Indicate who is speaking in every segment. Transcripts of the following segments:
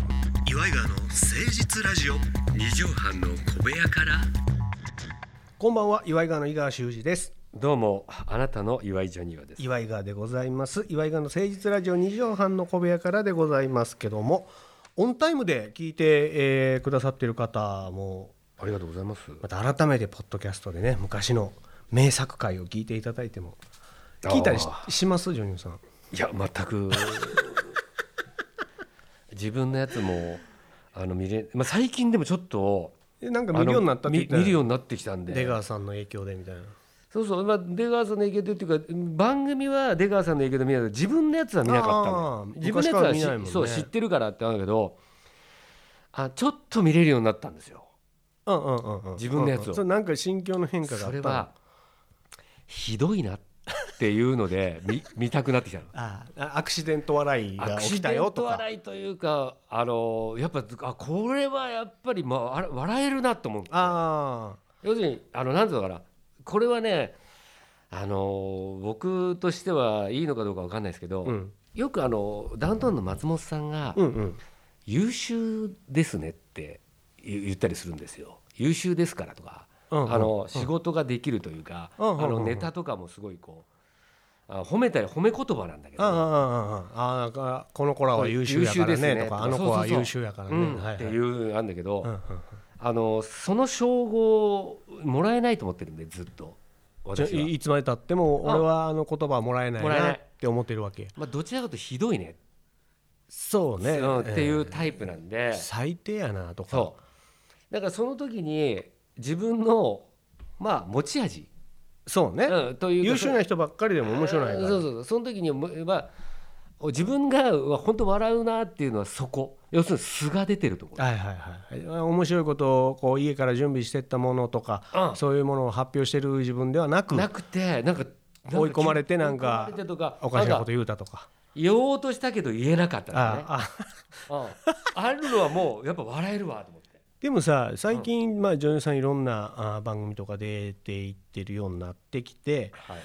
Speaker 1: イガーの誠実ラジオ
Speaker 2: 二畳半の小部屋から
Speaker 1: こんばんは岩井川の井川修司です
Speaker 2: どうもあなたの岩井ジョニオです
Speaker 1: 岩井川でございます岩井川の誠実ラジオ2畳半の小部屋からでございますけどもオンタイムで聞いて、えーくださっている方も
Speaker 2: ありがとうございます
Speaker 1: また改めてポッドキャストでね昔の名作回を聞いていただいても聞いたりし
Speaker 2: あ
Speaker 1: しますジョニオさん
Speaker 2: いや全く 自分のやつもあの見れ、まあ、最近でもちょっと
Speaker 1: えなんか
Speaker 2: あ
Speaker 1: 見る
Speaker 2: の
Speaker 1: ようになったって言っ
Speaker 2: み
Speaker 1: てた
Speaker 2: 見るようになってきたんで
Speaker 1: 出川さんの影響でみたいな
Speaker 2: そうそう、まあ、出川さんの影響でっていうか番組は出川さんの影響で見ないけど自分のやつは見なかった
Speaker 1: あ
Speaker 2: の
Speaker 1: ー
Speaker 2: よ自分のやつは
Speaker 1: 昔から見ないもんね
Speaker 2: しそう知ってるからってあるんだけどあちょっと見れるようになったんですよ
Speaker 1: うんうんうんうん
Speaker 2: 自分のやつを
Speaker 1: それなんか心境の変化があ
Speaker 2: そ
Speaker 1: った
Speaker 2: れ
Speaker 1: の
Speaker 2: はひどいなっていうの で見見たくなってきたの
Speaker 1: ああアクシデント笑い
Speaker 2: ア
Speaker 1: が
Speaker 2: ク
Speaker 1: 起
Speaker 2: シ
Speaker 1: きた
Speaker 2: デ
Speaker 1: よ
Speaker 2: ン
Speaker 1: と
Speaker 2: ト
Speaker 1: か
Speaker 2: 笑いというかあのやっぱあこれはやっぱり、まああら、笑えるなと思う
Speaker 1: あ
Speaker 2: 要するにあのなんていうのかなこれはねあの僕としてはいいのかどうかわかんないですけど、
Speaker 1: あ、うん、
Speaker 2: よくあのダウンタウンの松本さんが
Speaker 1: うんうん
Speaker 2: 「優秀ですね」って言言ったりするんですよ。優秀ですからとか、
Speaker 1: うんうん
Speaker 2: あの仕事ができるというか、
Speaker 1: うんうんうん
Speaker 2: あのネタとかもすごいこうあ褒めたり褒め言葉なんだけ
Speaker 1: あああ
Speaker 2: ど、
Speaker 1: ああああなんかこの子らは優秀やから
Speaker 2: 優秀で
Speaker 1: ねと
Speaker 2: すねと
Speaker 1: か
Speaker 2: か
Speaker 1: あの子は
Speaker 2: そうそうそう
Speaker 1: 優秀やから
Speaker 2: う
Speaker 1: ね
Speaker 2: ん
Speaker 1: はいはい
Speaker 2: っていうなんだけど、
Speaker 1: うんうん
Speaker 2: あのその称号をもらえないと思ってるんでずっと
Speaker 1: じゃ
Speaker 2: 私は、
Speaker 1: いいつまでたっても俺はあの言葉はもらえない
Speaker 2: もらえ
Speaker 1: な
Speaker 2: ない
Speaker 1: って思ってるわけ
Speaker 2: まあ、どちらかというとひどいね
Speaker 1: そうね、
Speaker 2: うんっていう
Speaker 1: え
Speaker 2: タイプなんで、
Speaker 1: ー最低やなとか
Speaker 2: そうだからその時に自分のまあ持ち味、
Speaker 1: そうね、
Speaker 2: うん、というか
Speaker 1: 優秀な人ばっかりでも面白いから
Speaker 2: あーそうそうそうその時にもまあ自分がうわ本当笑うなっていうのはそこ要するに素が出てるところ
Speaker 1: はいはいはい面白いことをこう家から準備してったものとか、
Speaker 2: うん
Speaker 1: そういうものを発表してる自分ではなく
Speaker 2: なくてなんかなんか
Speaker 1: 追い込まれてなんか
Speaker 2: 追い込まれてとか
Speaker 1: おかしなこと
Speaker 2: んか
Speaker 1: 言うたとか
Speaker 2: 言おうとしたけど言えなかったとかね
Speaker 1: ああ
Speaker 2: うんあるのはもうやっぱ笑えるわと思って
Speaker 1: でもさ最近、まあ、女優さんいろんなあ番組とか出ていってるようになってきて
Speaker 2: はい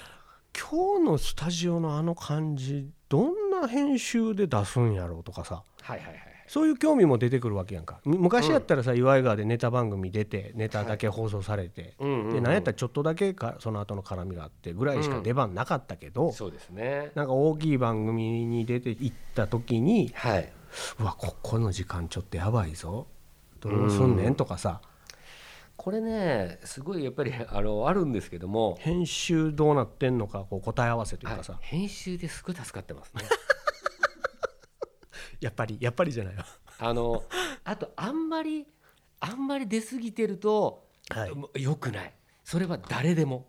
Speaker 1: 今日のスタジオのあの感じどんな編集で出すんやろうとかさ
Speaker 2: はいはいはい
Speaker 1: そういう興味も出てくるわけやんかむ昔やったらさ、岩井川でネタ番組出てネタだけ放送されて、
Speaker 2: うんうんうん
Speaker 1: で何やったらちょっとだけかその後の絡みがあってぐらいしか出番なかったけど、
Speaker 2: そうですね
Speaker 1: なんか大きい番組に出ていった時に
Speaker 2: はいう
Speaker 1: わここの時間ちょっとやばいぞどうすんねんとかさ、
Speaker 2: これねすごいやっぱりあのあるんですけども、
Speaker 1: 編集どうなってんのかこう答え合わせという
Speaker 2: はい
Speaker 1: かさ、
Speaker 2: 編集ですごい助かってますね
Speaker 1: やっぱりやっぱりじゃないわ、
Speaker 2: あの あとあんまりあんまり出過ぎてると、
Speaker 1: はい
Speaker 2: もう良くないそれは誰でも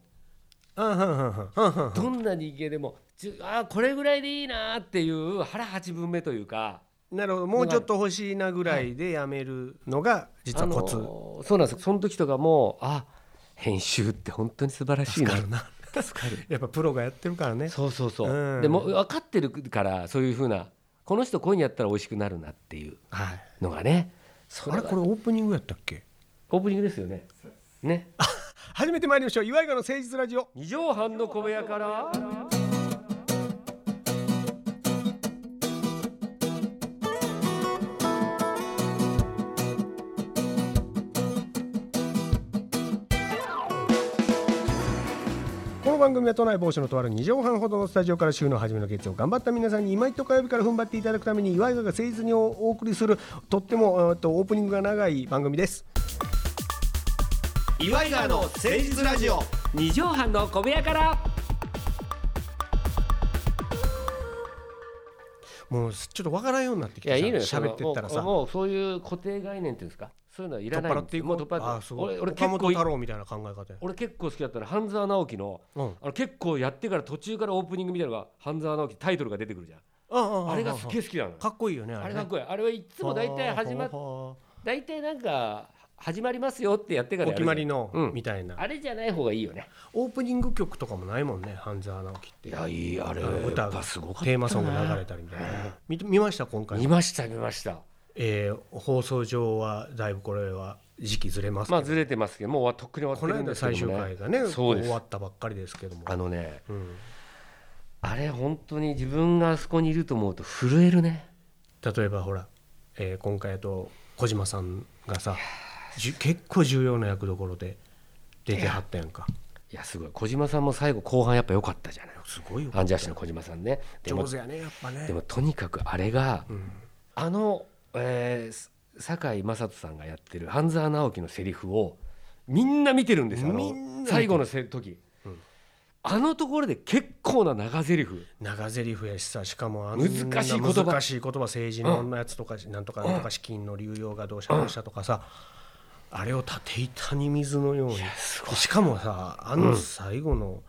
Speaker 1: うんうんうんうんうん
Speaker 2: どんな人間でもちゅあーこれぐらいでいいなっていう腹八分目というか
Speaker 1: なるほどもうちょっと欲しいなぐらいでやめるのが実はコツ、
Speaker 2: あのそうなんですその時とかもあ編集って本当に素晴らしい
Speaker 1: 助
Speaker 2: な
Speaker 1: かるな
Speaker 2: 助かる
Speaker 1: やっぱプロがやってるからね
Speaker 2: そうそうそう、
Speaker 1: うん
Speaker 2: でもう分かってるからそういうふうなこの人こういうのやったら美味しくなるなっていう
Speaker 1: はい
Speaker 2: のがねそ
Speaker 1: あれ
Speaker 2: は
Speaker 1: これオープニングやったっけ
Speaker 2: オープニングですよねね
Speaker 1: 初めて参りましょう岩井川の誠実ラジオ
Speaker 2: 二畳半の小部屋から
Speaker 1: この番組は都内某所のとある2畳半ほどのスタジオから週の初めの月曜頑張った皆さんに今井と火曜日から踏ん張っていただくために岩井川が誠実にお送りするとってもえーっとオープニングが長い番組です
Speaker 2: 岩井川の誠実ラジオ二畳半の小部屋から
Speaker 1: もうちょっとわからんようになってき
Speaker 2: い
Speaker 1: て
Speaker 2: や
Speaker 1: さ
Speaker 2: いいのよ
Speaker 1: 喋ってったらさ
Speaker 2: そのもうもうそういう固定概念っていうんですかそういうのはいらないん
Speaker 1: 取っ払
Speaker 2: で
Speaker 1: っ
Speaker 2: す
Speaker 1: ていこう
Speaker 2: もう取っ払って
Speaker 1: ああすごい
Speaker 2: 俺
Speaker 1: 岡
Speaker 2: 俺結
Speaker 1: 本
Speaker 2: 構い
Speaker 1: 太郎みたいな考え方や
Speaker 2: 俺結構好きだったのは半沢直樹の,、
Speaker 1: うん
Speaker 2: あの結構やってから途中からオープニングみたいなのが半沢直樹タイトルが出てくるじゃん
Speaker 1: ああ
Speaker 2: あれがすげえ好きなの
Speaker 1: かっこいいよねあ
Speaker 2: あ
Speaker 1: れ
Speaker 2: れ
Speaker 1: ね
Speaker 2: かっこいいあれはいつも大体始ま
Speaker 1: は
Speaker 2: っ
Speaker 1: あは
Speaker 2: 大体なんか始まりますよってやってか
Speaker 1: あ
Speaker 2: ら
Speaker 1: お
Speaker 2: や
Speaker 1: 決
Speaker 2: るじゃん
Speaker 1: まりの
Speaker 2: うん
Speaker 1: みたいな、
Speaker 2: あれじゃない方がいいよね
Speaker 1: オープニング曲とかもないもんね半沢直樹って
Speaker 2: いやいいあれ
Speaker 1: あの歌
Speaker 2: やっ
Speaker 1: が
Speaker 2: ぱすごかったな
Speaker 1: テーマソング流れたりみたいな見見ました今回
Speaker 2: 見ました見ました
Speaker 1: えー放送上はだいぶこれは時期ずれますけ
Speaker 2: ま
Speaker 1: ど、
Speaker 2: あずれてますけどもう終わとっくに終わって
Speaker 1: この
Speaker 2: るんで
Speaker 1: 間
Speaker 2: すけ
Speaker 1: 最
Speaker 2: ども
Speaker 1: 終回
Speaker 2: ね
Speaker 1: がねこ
Speaker 2: そう
Speaker 1: う
Speaker 2: です
Speaker 1: 終わったばっかりですけども
Speaker 2: あのね
Speaker 1: うん、
Speaker 2: あれ本当に自分があそこにいると思うと震えるね
Speaker 1: 例えばほら、えー今回だと小島さんがさじゅ結構重要な役どころで出てはったやんか
Speaker 2: いやすごい小島さんも最後後半やっぱ良かったじゃない
Speaker 1: すごいよ
Speaker 2: アンジャッシュの小島さんねでも
Speaker 1: 上手やねやっぱね
Speaker 2: でもとにかくあれが、
Speaker 1: ん
Speaker 2: あの、えー、堺雅人さんがやってる半沢直樹のセリフをみんな見てるんですよあ
Speaker 1: みん
Speaker 2: の
Speaker 1: な見てる
Speaker 2: 最後のせ時、
Speaker 1: うん
Speaker 2: あのところで結構な長セリフ
Speaker 1: 長ゼリフやしさしかもあんな
Speaker 2: 難しい言葉
Speaker 1: 難しい言葉政治の女やつとかなんとかなんとか資金の流用がどうしたどうしたとかさあれを縦板に水のようにしかもさあの最後の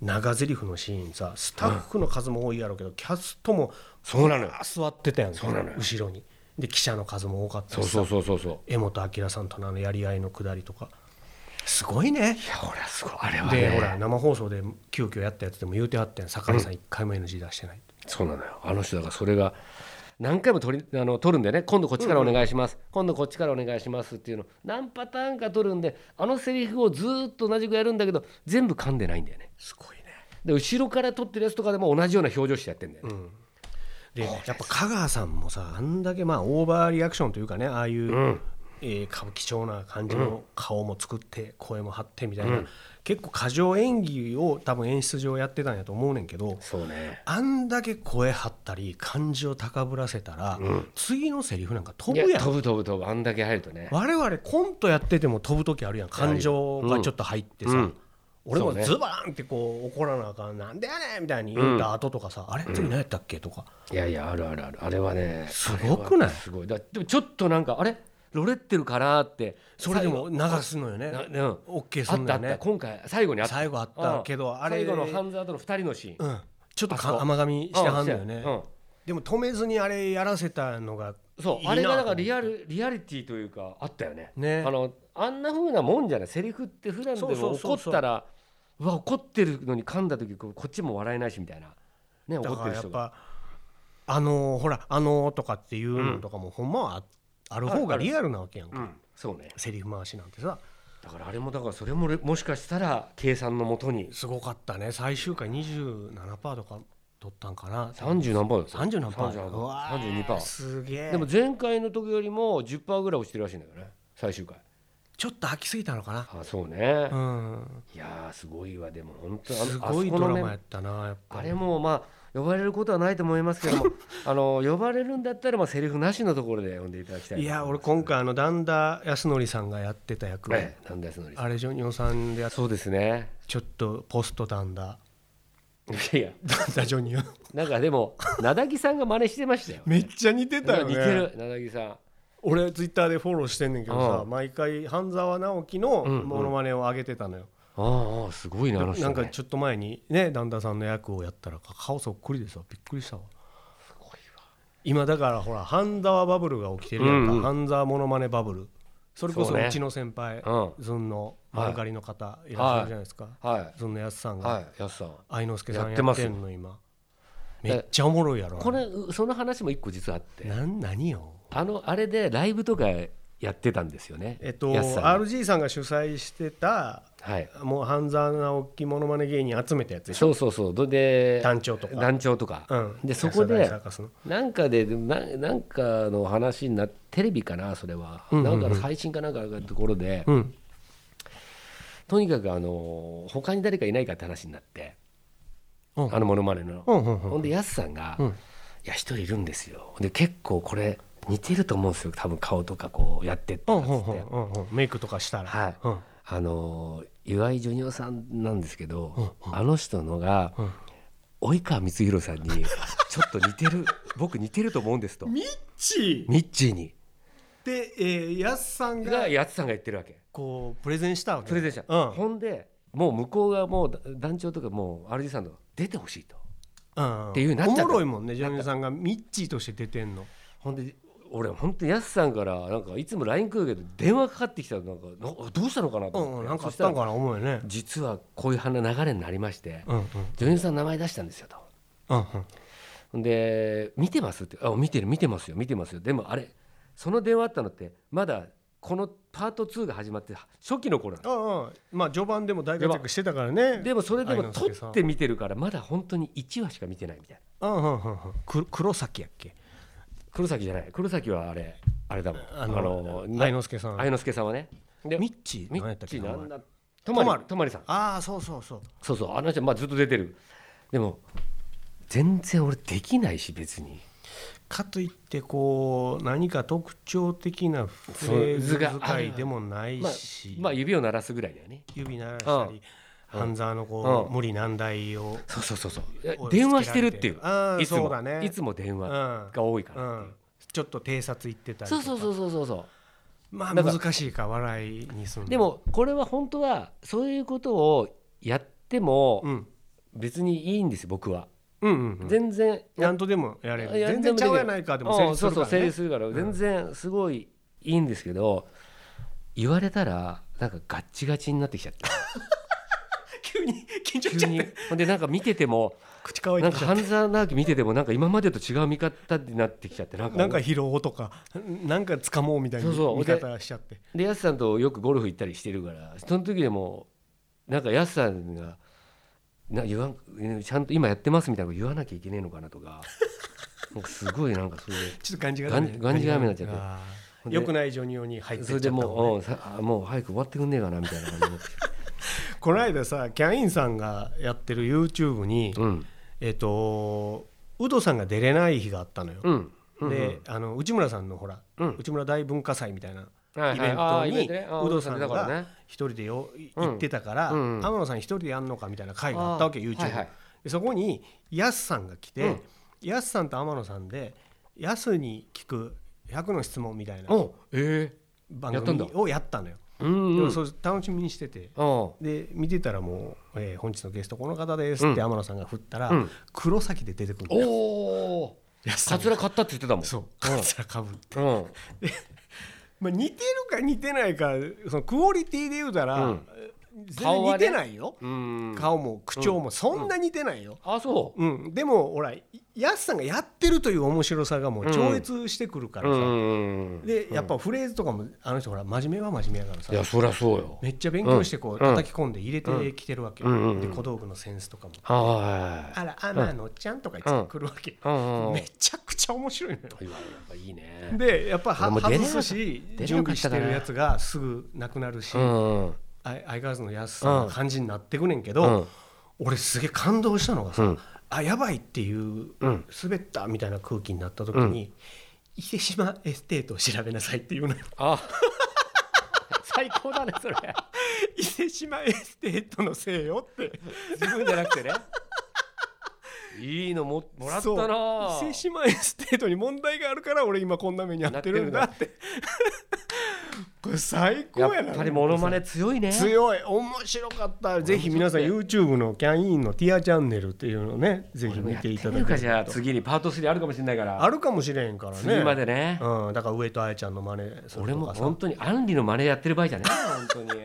Speaker 1: 長ゼリフのシーンさスタッフの数も多いやろうけどキャストも
Speaker 2: そうなのよ
Speaker 1: 座ってたやんか
Speaker 2: そうなのよ
Speaker 1: 後ろにで記者の数も多かった
Speaker 2: そう
Speaker 1: しさ
Speaker 2: そうそうそうそう
Speaker 1: 江本明さんとのあのやり合いのくだりとかすごいね
Speaker 2: いやほらすごいあれは
Speaker 1: で
Speaker 2: ね
Speaker 1: ほら生放送で急遽やったやつでも言うてはったやん酒井さん一回も NG 出してない
Speaker 2: そうなのよあの人だからそれが何回も取りあの取るんでね今度こっちからお願いします、今度こっちからお願いしますっていうの何パターンか取るんであのセリフをずーっと同じくやるんだけど全部噛んでないんだよね
Speaker 1: すごいね
Speaker 2: で後ろから撮ってるやつとかでも同じような表情してやってんだよね、
Speaker 1: でやっぱ香川さんもさあんだけまあオーバーリアクションというかねああいう、えー歌舞伎町な感じの顔も作って、声も張ってみたいな、結構過剰演技を多分演出上やってたんやと思うねんけど
Speaker 2: そうね
Speaker 1: あんだけ声張ったり感情高ぶらせたら、次のセリフなんか飛ぶ
Speaker 2: い
Speaker 1: やん
Speaker 2: 飛ぶ飛ぶ飛ぶあんだけ入るとね
Speaker 1: 我々コントやってても飛ぶ時あるやん感情がちょっと入ってさ、
Speaker 2: うん
Speaker 1: 俺も
Speaker 2: そうね
Speaker 1: ズバーンってこう怒らなあかんなんでやねんみたいに言った後とかさ、あれ次何やったっけとか、
Speaker 2: いやいやあるあるあるあれはね
Speaker 1: すごくない
Speaker 2: あれはすごいだでもちょっとなんかあれロレってるかなって
Speaker 1: それでも流すのよね
Speaker 2: なうん
Speaker 1: OK
Speaker 2: あ
Speaker 1: すん
Speaker 2: った
Speaker 1: だ
Speaker 2: あ
Speaker 1: よね
Speaker 2: った今回最後にあった
Speaker 1: 最後あったけど
Speaker 2: うん
Speaker 1: あれ
Speaker 2: 最後の半沢との2人のシーン、
Speaker 1: うんちょっと
Speaker 2: あそ
Speaker 1: か
Speaker 2: う
Speaker 1: 甘噛みしてはんのよね、
Speaker 2: うん
Speaker 1: でも止めずにあれやらせたのが
Speaker 2: そう
Speaker 1: いいな
Speaker 2: あれがだからリアルリアリティというかあったよね
Speaker 1: ね
Speaker 2: あのあんな風なもんじゃないセリフって普段で
Speaker 1: そうそ
Speaker 2: も
Speaker 1: うそ
Speaker 2: 怒
Speaker 1: う
Speaker 2: っ
Speaker 1: そう
Speaker 2: たらうわ怒ってるのに噛んだ時こうこっちも笑えないしみたいなね怒
Speaker 1: だ
Speaker 2: っ
Speaker 1: か
Speaker 2: て
Speaker 1: ら
Speaker 2: る
Speaker 1: やっ
Speaker 2: 人が
Speaker 1: ぱあのーほらあのーとかっていうのとかもほんまはあある方がリアルなわけやんか、
Speaker 2: うんそうね
Speaker 1: セリフ回しなんてさ
Speaker 2: だからあれもだからそれもれもしかしたら計算のもとに
Speaker 1: すごかったね最終回27%とか取ったんかな
Speaker 2: 30何パーだよ
Speaker 1: 30何パー
Speaker 2: 30
Speaker 1: うわ
Speaker 2: 32パー
Speaker 1: すげえ
Speaker 2: でも前回の時よりも10パーぐらい落ちてるらしいんだよね最終回
Speaker 1: ちょっと飽きすぎたのかな
Speaker 2: あそうね
Speaker 1: うん
Speaker 2: いやーすごいわでも本当あの
Speaker 1: すごい
Speaker 2: あそこ
Speaker 1: ド
Speaker 2: の
Speaker 1: ラ
Speaker 2: メン
Speaker 1: マやったなやっぱ
Speaker 2: あれもまあ呼ばれることはないと思います けどもあの呼ばれるんだったらまあセリフなしのところで呼んでいただきたい
Speaker 1: いや俺
Speaker 2: 今
Speaker 1: 今回あの段田康則さんがやってた役、
Speaker 2: 回なんですのりさん
Speaker 1: あれジョニオさんでやっ
Speaker 2: そうですね
Speaker 1: ちょっとポスト段田
Speaker 2: いやいや
Speaker 1: 段田ジョニオ
Speaker 2: なんかでも灘木さんが真似してましたよ
Speaker 1: めっちゃ似てたよね
Speaker 2: 似てる灘木さん
Speaker 1: 俺ツイッターでフォローしてんねんけどさ、
Speaker 2: うん
Speaker 1: 毎回半沢直樹の
Speaker 2: うんうん
Speaker 1: モノマネを上げてたのよ、
Speaker 2: ああすごいなあの人、ね、
Speaker 1: なんかちょっと前にね旦那さんの役をやったら顔そっくりでさびっくりしたわ今だからほら半沢バブルが起きてるやんか、
Speaker 2: うんうん
Speaker 1: 半沢モノマネバブルそれこそ
Speaker 2: そうね
Speaker 1: うちの先輩
Speaker 2: う
Speaker 1: ずんの丸刈りの方いらっしゃるじゃないですか
Speaker 2: は
Speaker 1: ずんのやすさん
Speaker 2: い
Speaker 1: が、
Speaker 2: はいやすさん
Speaker 1: 愛之助さん
Speaker 2: や
Speaker 1: や
Speaker 2: ってま
Speaker 1: っ
Speaker 2: す
Speaker 1: てんの今めっちゃおもろいやろ
Speaker 2: これうその話も一個実はあって
Speaker 1: なん何よ
Speaker 2: あのあれでライブとかやってたんですよね
Speaker 1: えっと
Speaker 2: やすさんが
Speaker 1: RG さんが主催してた
Speaker 2: はい
Speaker 1: もう半沢直樹モノマネ芸人集めたやつでしょ
Speaker 2: そうそうそうどで
Speaker 1: 団長とか
Speaker 2: 団長とか、
Speaker 1: うん
Speaker 2: でそこで
Speaker 1: 安田大サーカスの
Speaker 2: なんかでななんかの話になテレビかなそれは、
Speaker 1: うんうんうん
Speaker 2: なんかの配信かなんかのところで、
Speaker 1: うん
Speaker 2: とにかくあの他に誰かいないかって話になって、
Speaker 1: うん
Speaker 2: あのモノマネの、
Speaker 1: うんうんうん
Speaker 2: ほんでやすさんが「
Speaker 1: うん
Speaker 2: いや一人いるんですよ」で結構これ似てると思うんですよ多分顔とかこうやってって
Speaker 1: う
Speaker 2: や
Speaker 1: ん
Speaker 2: つっ
Speaker 1: うんう
Speaker 2: て
Speaker 1: んうんうんメイクとかしたら
Speaker 2: はい
Speaker 1: うん
Speaker 2: あの岩井ジョニオさんなんですけど、あの人のが、
Speaker 1: うん
Speaker 2: 及川光弘さんにちょっと似てる僕似てると思うんですと
Speaker 1: ミッチー
Speaker 2: ミッチーに
Speaker 1: で、えー、やすさんが
Speaker 2: がやつさんが言ってるわけ
Speaker 1: こうプレゼンしたわけ
Speaker 2: プレゼンした、
Speaker 1: うん
Speaker 2: ほんでもう向こうがもうだ団長とかもう RG さんとか出てほしいと
Speaker 1: うん、
Speaker 2: っていうなっちゃった
Speaker 1: おもろいもんねジョニオさんがミッチーとして出てんの
Speaker 2: ほんで俺本当にやすさんからなんかいつも LINE 来るけど電話かかってきたらなんかなどうしたのかなと
Speaker 1: う
Speaker 2: 思って
Speaker 1: ん、うん、なんかあったん
Speaker 2: そし
Speaker 1: かな思うよね
Speaker 2: ら実はこういう話流れになりまして、
Speaker 1: うんうん
Speaker 2: ジョニオさん名前出したんですよと。
Speaker 1: うん
Speaker 2: で見てますってあ見てる見てますよ見てますよでもあれその電話あったのってまだこのパート2が始まって初期の頃なの
Speaker 1: うんうんまあ序盤でも大活躍してたからね
Speaker 2: でもそれでも撮
Speaker 1: 愛之助さん
Speaker 2: って見てるからまだ本当に1話しか見てないみたいな
Speaker 1: うんうんうんうんく黒崎やっけ
Speaker 2: 黒崎じゃない黒崎はあれあれだもん
Speaker 1: あの愛之助さん
Speaker 2: 愛之助さんはねで
Speaker 1: ミッチー
Speaker 2: ミ
Speaker 1: 何やっ
Speaker 2: ッ
Speaker 1: たっ
Speaker 2: チ
Speaker 1: け
Speaker 2: ー
Speaker 1: 名
Speaker 2: なん
Speaker 1: 前
Speaker 2: だとま
Speaker 1: 泊
Speaker 2: りとまりさん
Speaker 1: ああそうそうそう
Speaker 2: そうそうあの人まあずっと出てるでも全然俺できないし別に
Speaker 1: かといってこう何か特徴的なフレーズ使いでもない
Speaker 2: まあ
Speaker 1: し、
Speaker 2: まあ指を鳴らすぐらいだよね
Speaker 1: 指鳴らしたり、半沢のこう、
Speaker 2: うん
Speaker 1: 無理難題を、
Speaker 2: そうそうそうそういや
Speaker 1: お
Speaker 2: 電話してるっていう
Speaker 1: つけられてるあー
Speaker 2: いつも
Speaker 1: そうだね
Speaker 2: いつも電
Speaker 1: う
Speaker 2: 話
Speaker 1: ん
Speaker 2: が多いから、
Speaker 1: うん、ちょっと偵察行ってたりと
Speaker 2: そう
Speaker 1: か
Speaker 2: そうそうそうそうそう
Speaker 1: まあ
Speaker 2: なんか
Speaker 1: 難しいか笑いにするの
Speaker 2: でもこれは本当はそういうことをやっても
Speaker 1: うん
Speaker 2: 別にいいんです僕は、
Speaker 1: うんうんうん
Speaker 2: 全然
Speaker 1: 何とでもやれる
Speaker 2: いや
Speaker 1: 全然ちゃうやないかでも成立するか
Speaker 2: うんそうそう成
Speaker 1: らね
Speaker 2: 立するから
Speaker 1: ん
Speaker 2: 全然すごいいいんですけど、言われたらなんかガッチガチになってきちゃって
Speaker 1: 急 に緊 張しちゃ
Speaker 2: 急
Speaker 1: っ
Speaker 2: に
Speaker 1: て
Speaker 2: ほんでなんか見てても
Speaker 1: 口乾い
Speaker 2: な
Speaker 1: て
Speaker 2: ん
Speaker 1: き
Speaker 2: か
Speaker 1: ちゃっ
Speaker 2: 半沢直樹見ててもなんか今までと違う見方になってきちゃってなん
Speaker 1: た
Speaker 2: か
Speaker 1: なんか拾おうとかなんか掴もうみたいな
Speaker 2: そうそう
Speaker 1: 見方しちゃって
Speaker 2: でやすさんとよくゴルフ行ったりしてるからその時でもなんかやすさんがな言わんえちゃんと今やってますみたいなこと言わなきゃいけねえのかなと かなんかすごいなんかそれで
Speaker 1: ちょっとガンジ
Speaker 2: ガンガンジガラメになっちゃって
Speaker 1: ゃ
Speaker 2: ほんで
Speaker 1: よくないジョニオに入ってっ
Speaker 2: そ
Speaker 1: ちゃ
Speaker 2: れ
Speaker 1: ったもん
Speaker 2: で
Speaker 1: ね
Speaker 2: もう、うんさあもう早く終わってくんねえかなみたいな感じになってきて
Speaker 1: この間さキャインさんがやってる YouTube に、
Speaker 2: うん
Speaker 1: えっとウドさんが出れない日があったのよ、
Speaker 2: うんうん
Speaker 1: であの内村さんのほら、
Speaker 2: うん
Speaker 1: 内村大文化祭みたいな
Speaker 2: は
Speaker 1: イ
Speaker 2: いはい
Speaker 1: ベン
Speaker 2: あ
Speaker 1: ト
Speaker 2: あイベン
Speaker 1: に
Speaker 2: トねああ
Speaker 1: ウドさん
Speaker 2: ウドさん出たから
Speaker 1: が
Speaker 2: ね
Speaker 1: 一人でよい
Speaker 2: うん
Speaker 1: 行ってたから
Speaker 2: うんうん
Speaker 1: 天野さん一人でやんのかみたいな会があったわけ
Speaker 2: ああ
Speaker 1: YouTube
Speaker 2: はいはい
Speaker 1: でそこにヤスさんが来
Speaker 2: う
Speaker 1: て
Speaker 2: ん
Speaker 1: ヤスさんと天野さんでヤスに聞く100の質問みたいな
Speaker 2: おえ
Speaker 1: 番
Speaker 2: やったんだ
Speaker 1: 組をやったのよ
Speaker 2: えうんうん
Speaker 1: でそう楽しみにしてて
Speaker 2: あ
Speaker 1: で見てたらもう、えー本日のゲストこの方ですって天野さんが振ったら、
Speaker 2: うん
Speaker 1: 黒崎で出てくる
Speaker 2: おお
Speaker 1: や
Speaker 2: ーカツラ買ったって言ってたもん
Speaker 1: そうカツラかぶって、
Speaker 2: うん
Speaker 1: まあ、似てるか似てないかそのクオリティで言うたら、
Speaker 2: うん
Speaker 1: 全然
Speaker 2: 顔は
Speaker 1: 似
Speaker 2: ね
Speaker 1: てないよ、
Speaker 2: うん
Speaker 1: 顔も口調もそんな似てないよ、
Speaker 2: あそ
Speaker 1: うんでもほらやすさんがやってるという面白さがもう超越してくるか
Speaker 2: う
Speaker 1: ら
Speaker 2: う
Speaker 1: さ、
Speaker 2: ん
Speaker 1: でやっぱフレーズとかもあの人ほら真面目は真面目やからさ
Speaker 2: いやそりゃそうよ
Speaker 1: めっちゃ勉強してこう
Speaker 2: うん
Speaker 1: 叩き込んで入れてきてるわけよ、
Speaker 2: うんうん
Speaker 1: で小道具のセンスとかも
Speaker 2: は
Speaker 1: あら、あら、のっちゃんとか言ってくるわけ。
Speaker 2: いうんうん
Speaker 1: めちゃくちゃ面白いのよ。
Speaker 2: いややっぱいいね
Speaker 1: で、やっぱは
Speaker 2: 俺も出れ
Speaker 1: 外
Speaker 2: なかった
Speaker 1: すし、
Speaker 2: 出れ
Speaker 1: 準
Speaker 2: な
Speaker 1: 備
Speaker 2: かっ
Speaker 1: した
Speaker 2: かな
Speaker 1: てるやつがすぐなくなるし、
Speaker 2: う
Speaker 1: あ
Speaker 2: んうん
Speaker 1: 相変わらずの安さな感じになってくねんけ
Speaker 2: うん
Speaker 1: ど、俺すげえ感動したのが
Speaker 2: う
Speaker 1: さ
Speaker 2: ん、
Speaker 1: あ、やばいっていう、
Speaker 2: うん
Speaker 1: 滑ったみたいな空気になった時に、伊勢島エステートを調べなさいっていうのよ。
Speaker 2: あ 最高だねそれ
Speaker 1: 伊勢島エステートのせいよって。
Speaker 2: 自分じゃ なくてねいいのももらったな
Speaker 1: そう伊勢島エステートに問題があるから俺今こんな目に遭ってるんだって これ最高やな
Speaker 2: やっぱりモノマネ強いね
Speaker 1: 強い面白かったぜひ皆さん YouTube のキャンインのティアチャンネルっていうのをねぜひ見ていただ
Speaker 2: か
Speaker 1: け
Speaker 2: じ
Speaker 1: れ
Speaker 2: ゃあ
Speaker 1: ばと
Speaker 2: 次にパート3あるかもしれないから
Speaker 1: あるかもしれんからね
Speaker 2: 次までね
Speaker 1: うん、だから上戸彩ちゃんの真似する
Speaker 2: 俺
Speaker 1: と
Speaker 2: も
Speaker 1: かさ
Speaker 2: 本当にアンリの真似やってる場合じゃない本当に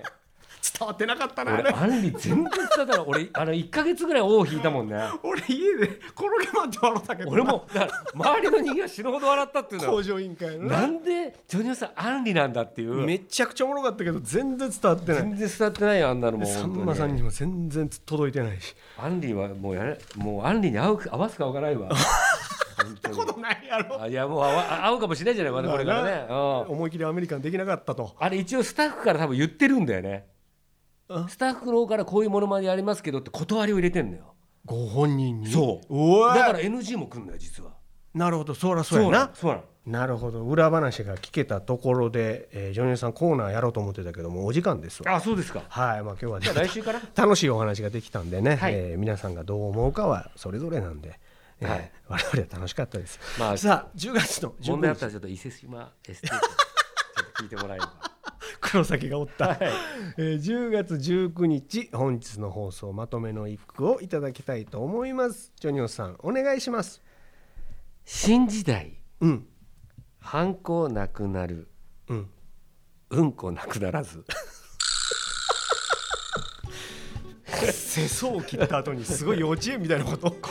Speaker 1: 伝わってなかった なあ
Speaker 2: 俺
Speaker 1: れ
Speaker 2: アンリ全然伝ったら俺あの1か月ぐらい尾を引いたもんね
Speaker 1: 俺家で転げ回って笑ったけどな
Speaker 2: 俺もだから周りの人間は死ぬほど笑ったっていうの
Speaker 1: 工
Speaker 2: は
Speaker 1: 場委員会の
Speaker 2: な
Speaker 1: ね
Speaker 2: んでジョニオさんアンリなんだっていう
Speaker 1: めちゃくちゃおもろかったけど全然伝わってない
Speaker 2: 全然伝わってないよあんなのもう
Speaker 1: さ
Speaker 2: 本当
Speaker 1: んまさんにも全然届いてないし
Speaker 2: アンリはもうやれもうアンリに合う合わすか分からないわ本当に
Speaker 1: ことないやろ
Speaker 2: あいやもう合わ合うかもしれないじゃないまだこれからね、うん
Speaker 1: 思い切りアメリカンできなかったと
Speaker 2: あれ一応スタッフから多分言ってるんだよね
Speaker 1: あ
Speaker 2: スタッフの方からこういうものまでやりますけどって断りを入れてんのよ
Speaker 1: ご本人に
Speaker 2: そう
Speaker 1: おい
Speaker 2: だから NG も来るんだよ実は
Speaker 1: なるほどそらそうやな
Speaker 2: そうなの
Speaker 1: なるほど裏話が聞けたところで、えージョニオさんコーナーやろうと思ってたけどもお時間ですわ
Speaker 2: あそうですか
Speaker 1: はいまあ今日はね
Speaker 2: じゃあ来週から
Speaker 1: 楽しいお話ができたんでね、
Speaker 2: はい
Speaker 1: えー皆さんがどう思うかはそれぞれなんで、えー
Speaker 2: はい
Speaker 1: 我々は楽しかったです、
Speaker 2: まあ
Speaker 1: さあ10月の15日
Speaker 2: 問題あったらちょっと伊勢島エステートちょっと聞いてもらえれば
Speaker 1: 黒崎がおった、えー10月19日本日の放送まとめの一句をいただきたいと思いますジョニオさんお願いします
Speaker 2: 新時代
Speaker 1: うん
Speaker 2: ハンコなくなる
Speaker 1: うん
Speaker 2: うんこなくならず
Speaker 1: 世相を切った後にすごい幼稚園みたいなこと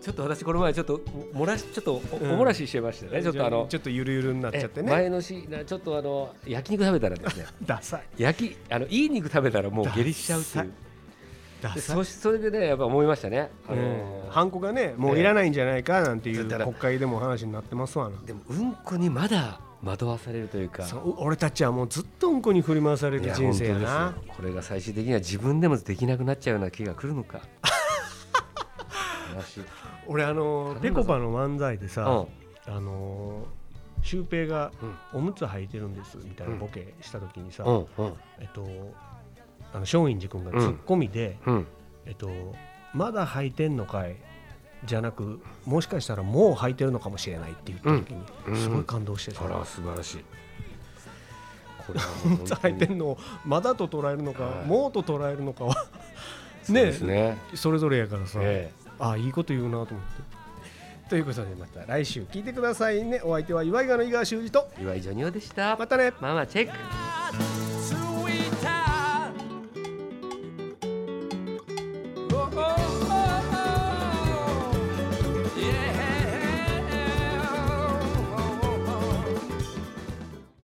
Speaker 2: ちょっと私この前ちょっと漏らしちょっとお,、
Speaker 1: ん
Speaker 2: 漏らししてましたねちょっとあの
Speaker 1: ちょっとゆるゆるになっちゃって
Speaker 2: え前
Speaker 1: ね
Speaker 2: のしなちょっとあの焼肉食べたらですね
Speaker 1: ダサい
Speaker 2: 焼きあのいい肉食べたらもう下痢しちゃうってい
Speaker 1: ダ
Speaker 2: う
Speaker 1: ダ
Speaker 2: で
Speaker 1: サい
Speaker 2: そしそれでねやっぱ思いましたね、あの
Speaker 1: えーハンコがねもういらないんじゃないかなんていう
Speaker 2: だから
Speaker 1: 国会でも話になってますわな
Speaker 2: でもうんこにまだ惑わされるというか
Speaker 1: そう俺たちはもうずっとうんこに振り回され
Speaker 2: い
Speaker 1: る
Speaker 2: や
Speaker 1: 人生やな
Speaker 2: 本当ですよこれが最終的には自分でもできなくなっちゃうような気が来るのか悲しい
Speaker 1: 俺あの
Speaker 2: 頼む
Speaker 1: ぺ
Speaker 2: ぞ
Speaker 1: こぱの漫才でさ、
Speaker 2: うん
Speaker 1: あのーシュウペイが
Speaker 2: うん
Speaker 1: おむつ履いてるんですみたいなボケした時にさ、
Speaker 2: うんうん
Speaker 1: えっとあの松陰寺君がツッコミで、
Speaker 2: うん
Speaker 1: えっとまだ履いてんのかいじゃなくもしかしたらもう履いてるのかもしれないって言った時に、
Speaker 2: うん
Speaker 1: すごい感動してさ、
Speaker 2: それは素晴らしいこれは
Speaker 1: お
Speaker 2: もう
Speaker 1: むつ 履いて
Speaker 2: 本
Speaker 1: んのをまだと捉えるのか、
Speaker 2: はい
Speaker 1: もうと捉えるのかは
Speaker 2: 当に そうですね
Speaker 1: それぞれやからさ、
Speaker 2: え
Speaker 1: ああいいこと言うなと思って。ということでまた来週聞いてくださいねお相手は岩井川の井川修司と
Speaker 2: え岩井ジョニオでした
Speaker 1: またね
Speaker 2: ママチェック